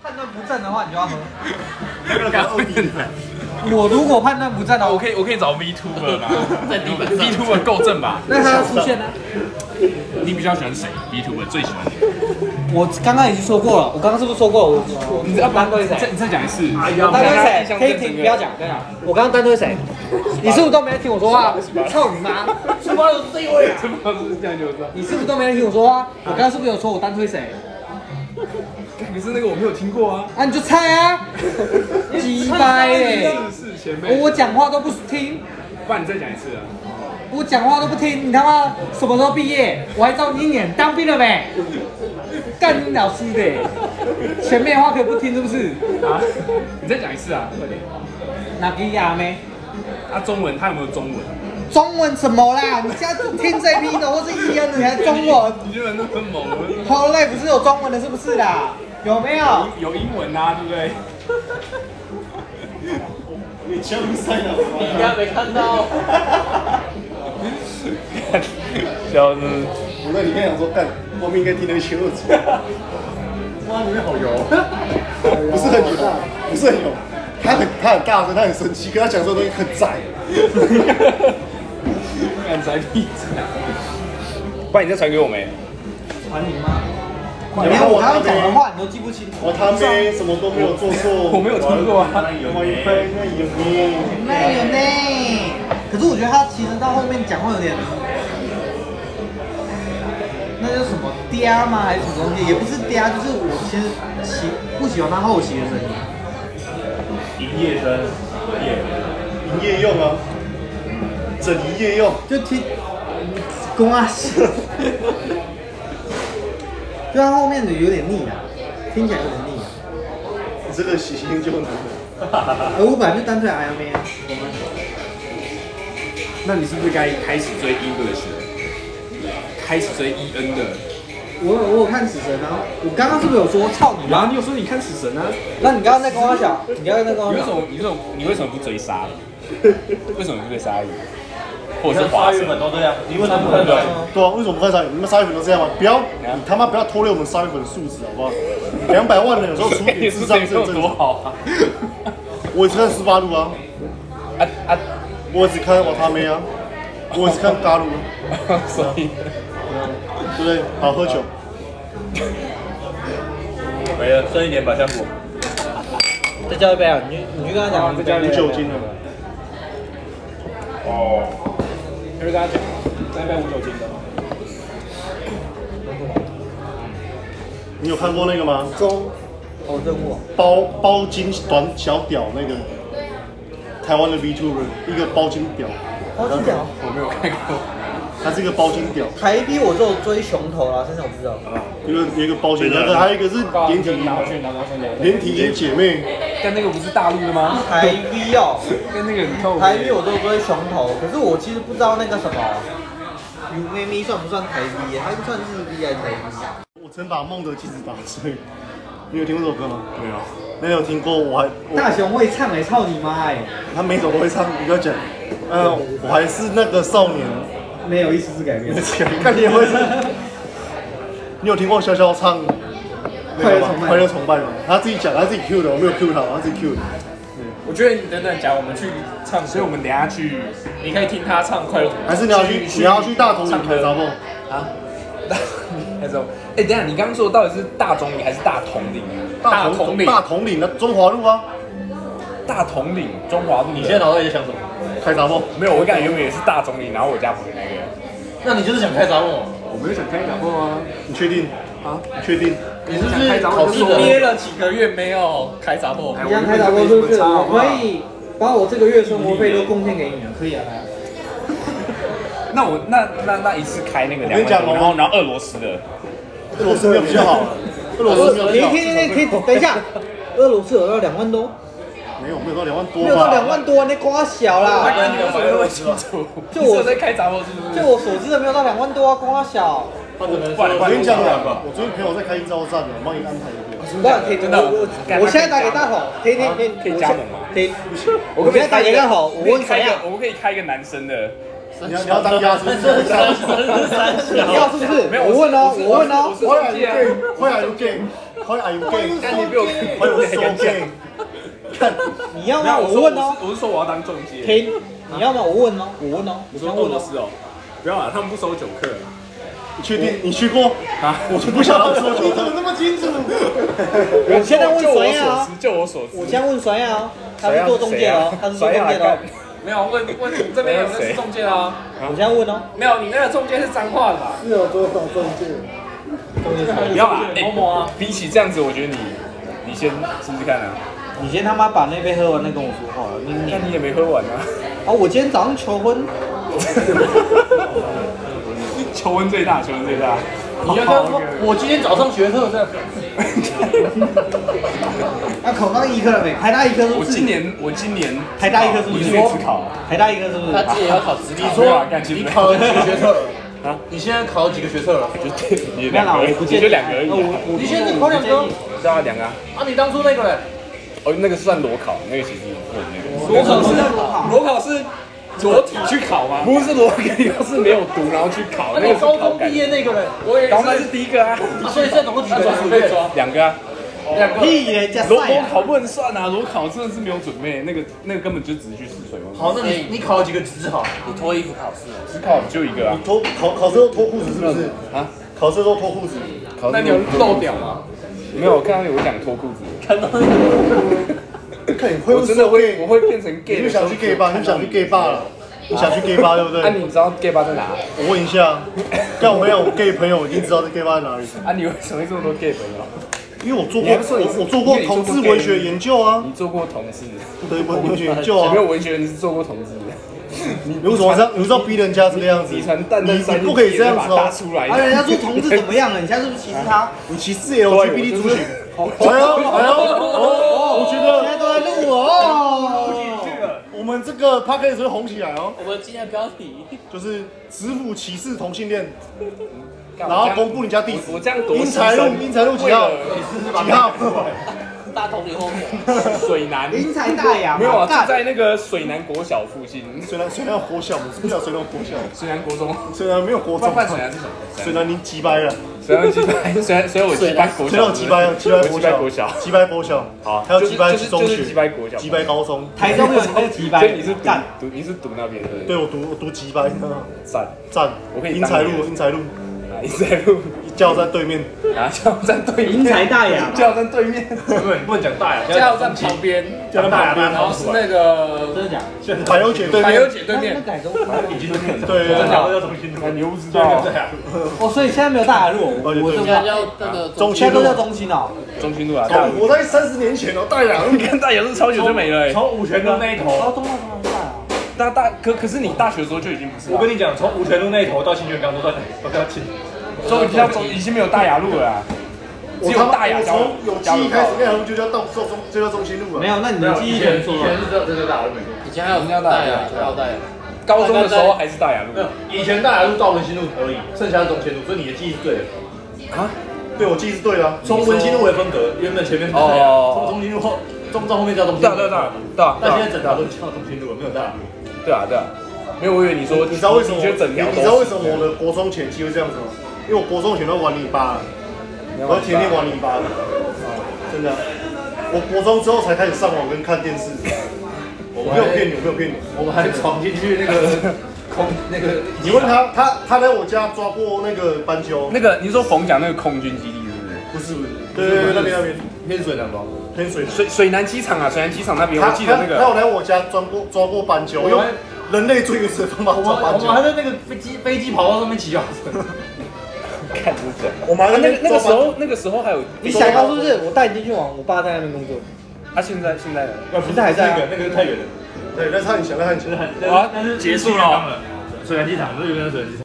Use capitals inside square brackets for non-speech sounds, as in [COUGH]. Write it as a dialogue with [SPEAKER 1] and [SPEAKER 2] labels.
[SPEAKER 1] 判断不正的话，你就要喝。
[SPEAKER 2] 干面的，
[SPEAKER 1] 我如果判断不正的，
[SPEAKER 3] [LAUGHS] 我
[SPEAKER 1] 我
[SPEAKER 3] 可以我可以找 V Tuber 吧
[SPEAKER 2] 在地板上
[SPEAKER 3] ，V Tuber 够正吧？
[SPEAKER 1] 那他出现呢？
[SPEAKER 3] 你比较喜欢谁？V Tuber 最喜欢你？
[SPEAKER 1] 我刚刚已经说过了，我刚刚是不是说过我我
[SPEAKER 3] 你要
[SPEAKER 1] 单推
[SPEAKER 3] 再
[SPEAKER 1] 谁？
[SPEAKER 3] 你再讲一次。
[SPEAKER 1] 我单推谁？
[SPEAKER 3] 像
[SPEAKER 1] 可以
[SPEAKER 3] 这整
[SPEAKER 1] 停，
[SPEAKER 3] 个
[SPEAKER 1] 不要讲，不要讲。我刚刚单推谁？你是不是都没人听我说话？操你妈！书包有这位啊！
[SPEAKER 3] 这不是这样就是说，
[SPEAKER 1] 你是不是都没人听我说话？我刚刚是不是有说我单推谁？
[SPEAKER 3] 可是那个我没有听过啊。
[SPEAKER 1] 啊，你就猜啊！鸡掰嘞！
[SPEAKER 3] 是是前
[SPEAKER 1] 我我讲话都不听，
[SPEAKER 3] 不然你再讲一次啊。
[SPEAKER 1] 我讲话都不听，你他妈什么时候毕业？我还找你一年当兵了没？干你老师的！前面的话可以不听是不是？
[SPEAKER 3] 啊，你再讲一次啊，快点。
[SPEAKER 1] 哪个牙没？
[SPEAKER 3] 啊，中文他有没有中文？
[SPEAKER 1] 中文什么啦？你现在只听这批的，或是 E N 的，你还中文
[SPEAKER 3] 你日文那么猛，啊
[SPEAKER 1] ？Whole Life 是有中文的，是不是啦？有没有？
[SPEAKER 3] 有英文啊，对不对？
[SPEAKER 2] 你枪塞了
[SPEAKER 4] 你应该没看到。
[SPEAKER 3] 笑死！
[SPEAKER 2] 我在里面想说，干，外面应该听得清楚。哇，里面好油，不是很油，不是很油。他很他很大声，他很生气，跟他讲说东西很窄。
[SPEAKER 3] 敢才屁！不然你再传给我没？
[SPEAKER 1] 传你妈！
[SPEAKER 2] 有
[SPEAKER 1] 连我刚
[SPEAKER 2] 他
[SPEAKER 1] 刚讲的
[SPEAKER 2] 没，
[SPEAKER 1] 话你都记不清，
[SPEAKER 2] 我他没什么都没有做错。
[SPEAKER 3] 我没有听过啊。
[SPEAKER 2] 我一分那有没？
[SPEAKER 1] 那有呢。可是我觉得他其实到后面讲话有点，那叫什么嗲吗？还是什么东西？也不是嗲，就是我其实喜不喜欢他后期的声音。
[SPEAKER 3] 营业生，耶！
[SPEAKER 2] 营业用啊，整营业用。
[SPEAKER 1] 就听公阿西，就他后面的有点腻啊，听起来有点腻啊。
[SPEAKER 2] 你这个喜新就难了。
[SPEAKER 1] 而我本来就单纯爱妹啊，
[SPEAKER 3] 那你是不是该开始追 English？开始追 EN 的？
[SPEAKER 1] 我有我有看死神啊，我刚刚是不是有说操你
[SPEAKER 3] 然
[SPEAKER 1] 妈？
[SPEAKER 3] 后你有说你看死神啊？
[SPEAKER 1] 那你刚刚在跟我讲，你刚刚在跟
[SPEAKER 3] 你
[SPEAKER 1] 我
[SPEAKER 3] 为
[SPEAKER 1] 讲
[SPEAKER 3] 什，么？你为什么？你为什么不追 [LAUGHS] 鲨鱼？为什么不追鲨鱼？或者是华生？
[SPEAKER 4] 都这样，你为什么不
[SPEAKER 3] 看
[SPEAKER 4] 对？
[SPEAKER 2] 对啊，为什么不看鲨鱼？你们鲨鱼粉都这样吗？不要，你他妈不要拖累我们鲨鱼粉的素质好不好？两百万人有时候出点
[SPEAKER 3] 你
[SPEAKER 2] 智
[SPEAKER 3] 是
[SPEAKER 2] 障
[SPEAKER 3] 这
[SPEAKER 2] 是很
[SPEAKER 3] 有
[SPEAKER 2] 正
[SPEAKER 3] 多
[SPEAKER 2] 常。
[SPEAKER 3] 好啊？ [LAUGHS]
[SPEAKER 2] 我只看斯巴鲁啊，
[SPEAKER 3] 啊啊！
[SPEAKER 2] 我只看瓦塔梅啊，我只看嘎鲁，
[SPEAKER 3] 所以
[SPEAKER 2] 对不对？好喝酒，
[SPEAKER 4] 没了，剩一点百香果。
[SPEAKER 1] 再叫一杯啊！你就你就跟他讲，再叫
[SPEAKER 2] 有酒精的。
[SPEAKER 3] 哦就是跟他讲，那边无酒精的。
[SPEAKER 2] 你有看过那个吗？
[SPEAKER 1] 中，哦，任务啊，
[SPEAKER 2] 包包金短小屌那个，台湾的 VTuber，一个包金屌，
[SPEAKER 1] 我是讲
[SPEAKER 3] 我没有看过。
[SPEAKER 2] 他是一个包金屌，
[SPEAKER 1] 台一我就有追熊头啦，但是我不知道。
[SPEAKER 2] 一个一个包金屌，还有一个是连体
[SPEAKER 3] 拿过去，拿过去，拿过去。
[SPEAKER 2] 连体婴姐妹，
[SPEAKER 3] 但那个不是大陆的吗？
[SPEAKER 1] 台一 [LAUGHS] 哦，
[SPEAKER 3] 跟那个你看我
[SPEAKER 1] 台一我就追熊头，可是我其实不知道那个什么。You Made Me 算不算台 V？它算日 V 还是台啊 V？
[SPEAKER 2] 我曾把梦的镜子打碎。你有听过这首歌吗？
[SPEAKER 3] 没有。
[SPEAKER 2] 没有听过，我还我
[SPEAKER 1] 大雄会唱哎、操你妈哎、
[SPEAKER 2] 他每首都会唱，你不要讲。嗯、我还是那个少年。
[SPEAKER 1] 没有一丝丝改变。
[SPEAKER 2] 看你也会唱。你有听过潇潇唱那个吗？
[SPEAKER 1] 快
[SPEAKER 2] 快
[SPEAKER 1] 乐
[SPEAKER 2] 乐崇拜吗？他自己讲，他自己 Q 的，我没有 Q 他，他自己 Q 的。
[SPEAKER 4] 我觉得你等等讲，我们去唱，
[SPEAKER 3] 所以我们等一下去，
[SPEAKER 4] 你可以听他唱《快乐童
[SPEAKER 2] 还是你要去，你要去大同
[SPEAKER 4] 唱
[SPEAKER 2] 舞台
[SPEAKER 4] 歌
[SPEAKER 2] 找梦？
[SPEAKER 3] [LAUGHS] 还是哎，等一下你刚刚说到底是大总领还是大统领啊？大统领，
[SPEAKER 2] 大统领的中华路啊，
[SPEAKER 3] 大统领，中华路的。
[SPEAKER 4] 你现在脑袋在想什么？
[SPEAKER 2] 开闸梦。
[SPEAKER 3] 没有，我感觉原本也是大总领，然后我家不是那个。
[SPEAKER 4] 那你就是想开闸我？
[SPEAKER 3] 我没有想开打过啊。
[SPEAKER 2] 你确定？
[SPEAKER 3] 啊，
[SPEAKER 2] 你确定？
[SPEAKER 3] 你是不是
[SPEAKER 4] 考试憋了几个月没有开闸货？
[SPEAKER 3] 哎
[SPEAKER 1] 你想开导工是不是？我可以把我这个月生活费都贡献给你了，可以 [LAUGHS] 啊。
[SPEAKER 3] 那我那那那一次开那个两万
[SPEAKER 2] 我跟你讲
[SPEAKER 3] 多，
[SPEAKER 2] 哦
[SPEAKER 3] 然后然后俄罗斯的，
[SPEAKER 2] 俄罗斯没有比较好，俄罗斯没有
[SPEAKER 1] 你
[SPEAKER 2] 比较好。
[SPEAKER 1] 天天可以等一下，俄罗斯有到两万多，
[SPEAKER 2] 没有没有到两万多
[SPEAKER 1] 没
[SPEAKER 2] 吧？
[SPEAKER 1] 有到两万多，那瓜小啦。
[SPEAKER 4] 那你有买俄罗斯
[SPEAKER 3] 清楚。
[SPEAKER 1] [LAUGHS] 就
[SPEAKER 3] 就
[SPEAKER 1] 我
[SPEAKER 3] 我在开杂货是不是？
[SPEAKER 1] 就我所知的，没有到两万多啊，瓜小。
[SPEAKER 4] 他可能
[SPEAKER 2] 我跟你讲啊，我昨天朋友在开英招站的，我帮你安排一个。
[SPEAKER 1] 我想听，
[SPEAKER 3] 真的
[SPEAKER 1] 我我我现在打给大伙，听听听，
[SPEAKER 3] 可以加盟吗？
[SPEAKER 1] 可以。
[SPEAKER 3] 我
[SPEAKER 1] 我现在打
[SPEAKER 3] 开
[SPEAKER 1] 给
[SPEAKER 3] 一个
[SPEAKER 1] 大伙，我问谁啊？
[SPEAKER 3] 我们可以开一个男生的，
[SPEAKER 2] 你要你要当家是不是？
[SPEAKER 4] 三三
[SPEAKER 1] 要是不是？
[SPEAKER 3] 没有
[SPEAKER 2] 啊
[SPEAKER 1] 我问哦，
[SPEAKER 3] [LAUGHS] 我是
[SPEAKER 1] 我问哦
[SPEAKER 3] 我。是
[SPEAKER 2] 我来 game，我来 game。后来 are you gay？
[SPEAKER 5] 干你比我更
[SPEAKER 2] 后来我 so
[SPEAKER 5] 更
[SPEAKER 2] gay。看，
[SPEAKER 1] 你要
[SPEAKER 5] 然后
[SPEAKER 1] 吗？我
[SPEAKER 5] 说
[SPEAKER 1] 问哦，
[SPEAKER 5] 我是说我要当中介。
[SPEAKER 1] 停，你要吗？我问哦，我问哦，
[SPEAKER 3] 你
[SPEAKER 1] 你
[SPEAKER 3] 说
[SPEAKER 1] 要
[SPEAKER 3] 俄
[SPEAKER 1] 问
[SPEAKER 3] 罗
[SPEAKER 1] 哦。
[SPEAKER 3] 斯哦？不要啊，他们不收酒客啊。
[SPEAKER 2] 你确定你去过？啊，我就不想要说，你怎么那么清楚？
[SPEAKER 1] 我现在问
[SPEAKER 3] 就我
[SPEAKER 1] 谁
[SPEAKER 3] 所
[SPEAKER 1] 啊？
[SPEAKER 3] 知，就我所知。
[SPEAKER 1] 我现在问谁啊？他是做中介的哦，他是做中介的哦。
[SPEAKER 4] 没有问问你这边有认识中介啊？
[SPEAKER 1] 我现在问哦，
[SPEAKER 4] 没有，你那个中介是脏话的吧？
[SPEAKER 2] 是有多少证
[SPEAKER 3] [LAUGHS]
[SPEAKER 2] 据？
[SPEAKER 3] 不要啦，
[SPEAKER 4] 某某啊，
[SPEAKER 3] 欸比起这样子，我觉得你你先试试看啊。
[SPEAKER 1] 你先他妈把那杯喝完再跟我说话。你你
[SPEAKER 3] 但你也没喝完啊。
[SPEAKER 1] 啊，我今天早上求婚，
[SPEAKER 3] 求婚最大，求婚最大。
[SPEAKER 4] 你就跟他说我今天早上学特这，
[SPEAKER 1] 那啊考上医科了没？台大医科是
[SPEAKER 3] 我
[SPEAKER 1] 不
[SPEAKER 3] 今
[SPEAKER 1] 是？
[SPEAKER 3] 年我今年
[SPEAKER 1] 台大医科是不
[SPEAKER 3] 我
[SPEAKER 1] 是
[SPEAKER 3] 今？年只考，
[SPEAKER 1] 台大医科是不是？
[SPEAKER 4] 他自己也要考职
[SPEAKER 3] 你
[SPEAKER 4] 历。
[SPEAKER 3] 说啊，干其实
[SPEAKER 4] 你
[SPEAKER 3] 没
[SPEAKER 4] 考
[SPEAKER 3] 有
[SPEAKER 4] 了几
[SPEAKER 3] [LAUGHS]
[SPEAKER 4] 个学测了？
[SPEAKER 3] 啊
[SPEAKER 4] 你现在考了几个学测了？
[SPEAKER 3] 就你
[SPEAKER 1] 没有
[SPEAKER 3] 两
[SPEAKER 1] 啦，
[SPEAKER 3] 个而
[SPEAKER 1] 我
[SPEAKER 3] 已，
[SPEAKER 1] 不建议。
[SPEAKER 3] 就两个而已
[SPEAKER 1] 呃
[SPEAKER 3] 啊。
[SPEAKER 1] 我我
[SPEAKER 4] 你现在只考两个
[SPEAKER 1] 我不建议
[SPEAKER 3] 对啊，两个啊。
[SPEAKER 4] 啊，你当初那个嘞？
[SPEAKER 3] 哦，那个算裸考，那个其实我那个
[SPEAKER 5] 裸考是
[SPEAKER 1] 裸考
[SPEAKER 5] 裸考是裸体去考吗？
[SPEAKER 3] 不是裸考，是没有读然后去考，
[SPEAKER 4] 啊，
[SPEAKER 3] 那个是
[SPEAKER 4] 你高
[SPEAKER 3] 考
[SPEAKER 4] 中
[SPEAKER 3] 感
[SPEAKER 4] 毕
[SPEAKER 3] 觉。
[SPEAKER 4] 业那个嘞？我也
[SPEAKER 3] 然后那是第一个啊，
[SPEAKER 4] 你现在现在总共几个人？
[SPEAKER 5] 被抓，
[SPEAKER 3] 两个啊。
[SPEAKER 4] 两个。
[SPEAKER 1] 屁嘞，加
[SPEAKER 3] 裸
[SPEAKER 1] 赛
[SPEAKER 3] 裸
[SPEAKER 1] 啊！
[SPEAKER 3] 考不能算啊，裸考真的是没有准备，那个那个根本就只是去试水温。
[SPEAKER 4] 好，那你你考了几个职考？哎你脱衣服考试。
[SPEAKER 3] 只考就一个啊。
[SPEAKER 2] 脱考考试都脱裤子是不是？
[SPEAKER 3] 啊，
[SPEAKER 2] 考试都脱裤子，
[SPEAKER 3] 考
[SPEAKER 4] 那你有漏屌吗？
[SPEAKER 3] 没有？我看到有我想脱裤
[SPEAKER 2] [LAUGHS]
[SPEAKER 3] 子，
[SPEAKER 2] 看你会
[SPEAKER 3] 我
[SPEAKER 2] 不
[SPEAKER 3] 真的会我
[SPEAKER 2] 会，
[SPEAKER 3] 会变成 gay 的
[SPEAKER 2] 你就
[SPEAKER 3] 时候。
[SPEAKER 2] 想去 gay 吧，你就想去 gay 吧了，你想去 gay 吧对不
[SPEAKER 3] 啊，
[SPEAKER 2] 对？
[SPEAKER 3] 你知道 gay 吧在哪？
[SPEAKER 2] 我问一下，但我没有 gay 朋友，我已经知道这 gay 吧在哪里，
[SPEAKER 3] 啊，你为什么会这么多 gay 朋友？
[SPEAKER 2] 因为我做
[SPEAKER 3] 你
[SPEAKER 2] 过
[SPEAKER 3] 还不说你
[SPEAKER 2] 我我做过同志文学研究啊，
[SPEAKER 3] 你做过同事？
[SPEAKER 2] 对文文学研究
[SPEAKER 3] 有
[SPEAKER 2] 啊
[SPEAKER 3] 没，有文学人是做过同志的？你
[SPEAKER 2] 你为什么这样？你为什么要逼人家这个样子？
[SPEAKER 3] 你传蛋蛋三
[SPEAKER 2] 你不可以这样子
[SPEAKER 3] 把它
[SPEAKER 2] 哦
[SPEAKER 3] 搭。出来。
[SPEAKER 1] 啊，人家说同志
[SPEAKER 3] [LAUGHS]
[SPEAKER 1] 怎么样了？你现在是不是歧视他？
[SPEAKER 2] 你歧视 LGBT 族群？哎呦哎呦哦，我觉
[SPEAKER 1] 现在
[SPEAKER 2] 得
[SPEAKER 1] 都在录我哦。
[SPEAKER 2] 我们这个 p a c k a g e 会红起来哦，
[SPEAKER 4] 我们今天标题。
[SPEAKER 2] 就是直府歧视同性恋，
[SPEAKER 3] 干
[SPEAKER 2] 然后公布你家地址
[SPEAKER 3] 我我这样多
[SPEAKER 2] 英才路英才路几号？几号？
[SPEAKER 4] 大同林后面。
[SPEAKER 3] 水南
[SPEAKER 1] 林财大雅嘛，
[SPEAKER 3] 没有啊，
[SPEAKER 1] 干
[SPEAKER 3] 就在那个水南国小附近。
[SPEAKER 2] [LAUGHS] 虽然虽然国小，我们是不叫水南国小，
[SPEAKER 3] 水南国中，
[SPEAKER 2] 虽然没有国中，
[SPEAKER 5] 范
[SPEAKER 3] 啊
[SPEAKER 5] 水还是什么？
[SPEAKER 2] 虽然你几掰了，
[SPEAKER 3] 水南几班？水南水
[SPEAKER 2] [LAUGHS]
[SPEAKER 3] 南我几班国
[SPEAKER 2] 虽然
[SPEAKER 3] 小？
[SPEAKER 2] 我几掰了，几掰
[SPEAKER 3] 我
[SPEAKER 2] 国
[SPEAKER 3] 几班
[SPEAKER 2] 小，
[SPEAKER 3] 国小。
[SPEAKER 2] 几掰国小，
[SPEAKER 3] 好
[SPEAKER 2] 还有
[SPEAKER 3] 就是
[SPEAKER 2] 几掰
[SPEAKER 3] 就是
[SPEAKER 2] 中
[SPEAKER 3] 就
[SPEAKER 2] 学，
[SPEAKER 3] 是几掰国小
[SPEAKER 2] 几掰高中。
[SPEAKER 1] 台中有人跟几百，
[SPEAKER 3] 所以你是读
[SPEAKER 1] 干
[SPEAKER 3] 读你是读那边的？
[SPEAKER 2] 对，我读我读几掰，你知道吗
[SPEAKER 3] 赞
[SPEAKER 2] 赞，
[SPEAKER 3] 嗯我可以
[SPEAKER 2] 英
[SPEAKER 3] 当
[SPEAKER 2] 才
[SPEAKER 3] 你
[SPEAKER 2] 路英才路，
[SPEAKER 3] [LAUGHS] 啊，一直在录
[SPEAKER 2] 叫在对面，
[SPEAKER 3] 啊，加油站对面，
[SPEAKER 1] 林财大雅嘛，
[SPEAKER 3] 加油站对
[SPEAKER 2] [LAUGHS]
[SPEAKER 3] 面。
[SPEAKER 4] 对，不能讲大雅，加油站旁边，
[SPEAKER 2] 叫在旁边
[SPEAKER 4] 然后是那个
[SPEAKER 1] 真的假的？
[SPEAKER 2] 百优姐对
[SPEAKER 4] 百
[SPEAKER 2] 面
[SPEAKER 4] 优，姐对
[SPEAKER 1] 那
[SPEAKER 4] 面。
[SPEAKER 1] 改中
[SPEAKER 2] 对对对，
[SPEAKER 3] 要重新你又不知道，
[SPEAKER 1] 哦，所以现在没有大雅路，我
[SPEAKER 2] 哦对
[SPEAKER 1] 我
[SPEAKER 2] 对
[SPEAKER 1] 这
[SPEAKER 2] 对
[SPEAKER 1] 个
[SPEAKER 4] 那个
[SPEAKER 2] 中
[SPEAKER 1] 现
[SPEAKER 2] 心
[SPEAKER 1] 在都
[SPEAKER 2] 路。
[SPEAKER 1] 叫中心哦。
[SPEAKER 3] 中心路啊，大雅
[SPEAKER 2] 哦
[SPEAKER 3] 路
[SPEAKER 2] 我在三十年前哦，大雅
[SPEAKER 3] 你看大雅路超久就没了欸。
[SPEAKER 4] 从五泉路那一头，
[SPEAKER 1] 高中到中山大啊，
[SPEAKER 3] 那大可可是你大学的时候就已经不是了啊。
[SPEAKER 4] 我跟你讲，从五泉路那一头到清泉岗都在都在清。
[SPEAKER 3] 中已经要中已经没有大雅路了啊，只
[SPEAKER 2] 我
[SPEAKER 3] 有
[SPEAKER 2] 他
[SPEAKER 3] 大
[SPEAKER 2] 妈
[SPEAKER 3] 雅
[SPEAKER 2] 我
[SPEAKER 3] 交流
[SPEAKER 2] 从有记忆开始，那条路就叫到中中就叫中心路了。
[SPEAKER 1] 没有，那你的记忆全错了。
[SPEAKER 4] 是这这个大雅路，以前还有叫大雅，还有大雅。
[SPEAKER 3] 高中的
[SPEAKER 2] 啊
[SPEAKER 3] 时候还是大雅路
[SPEAKER 2] 嗯
[SPEAKER 4] 以前大雅路到文心路而已，剩下的中心路，所以你的记忆是对的。
[SPEAKER 3] 啊。
[SPEAKER 2] 对我记忆是对的啊。
[SPEAKER 4] 从文心路为分隔，原本前面是大雅，从中心路后中到后面叫中心
[SPEAKER 3] 对啊
[SPEAKER 4] 路。
[SPEAKER 3] 对啊对啊对啊对
[SPEAKER 4] 但
[SPEAKER 3] 啊
[SPEAKER 4] 现在整条都叫中心路了，没有大雅路。
[SPEAKER 3] 对啊对啊，没有我以为你说
[SPEAKER 2] 你知道为什
[SPEAKER 3] 你
[SPEAKER 2] 么？
[SPEAKER 3] 觉得整条
[SPEAKER 2] 你知道
[SPEAKER 3] 都
[SPEAKER 2] 为
[SPEAKER 3] 是
[SPEAKER 2] 什么我的国中前期会这样子吗？因为我国中前都玩泥巴了，我天天玩泥巴的，真的啊。我国中之后才开始上网跟看电视，我没有骗你，我没有骗你。
[SPEAKER 4] 我们还闯进去那个空那个，
[SPEAKER 2] 你问他，他他来我家抓过那个斑鸠，
[SPEAKER 3] 那个你说冯讲那个空军基地是不是？
[SPEAKER 2] 不是不是，对对对，那边那边
[SPEAKER 4] 天水南方。
[SPEAKER 2] 喷水池。
[SPEAKER 3] 水水南机场啊，水南机场那边
[SPEAKER 2] 他
[SPEAKER 3] 我记得那
[SPEAKER 2] 他他有
[SPEAKER 3] 个
[SPEAKER 2] 来我家抓过抓过斑鸠，用人类最原始的方法
[SPEAKER 4] 我
[SPEAKER 2] 抓斑
[SPEAKER 4] 我
[SPEAKER 2] 鸠
[SPEAKER 4] 们。还在那个飞机飞机跑道上面骑脚踏车。
[SPEAKER 3] 看是谁？
[SPEAKER 2] 我们
[SPEAKER 3] 啊
[SPEAKER 2] 还在
[SPEAKER 3] 那个那
[SPEAKER 2] 抓
[SPEAKER 3] 个
[SPEAKER 2] 斑
[SPEAKER 3] 时候那个时候还有
[SPEAKER 1] 你想要是不是？我带你进去玩，我爸在那边工作，
[SPEAKER 3] 他啊现在现在
[SPEAKER 1] 现在还在
[SPEAKER 4] 那个
[SPEAKER 1] 啊。
[SPEAKER 4] 那个太远了。
[SPEAKER 2] 对，那是他很强，那是他很强。
[SPEAKER 3] 啊结束了。
[SPEAKER 4] 水南机场，这有点水南机场。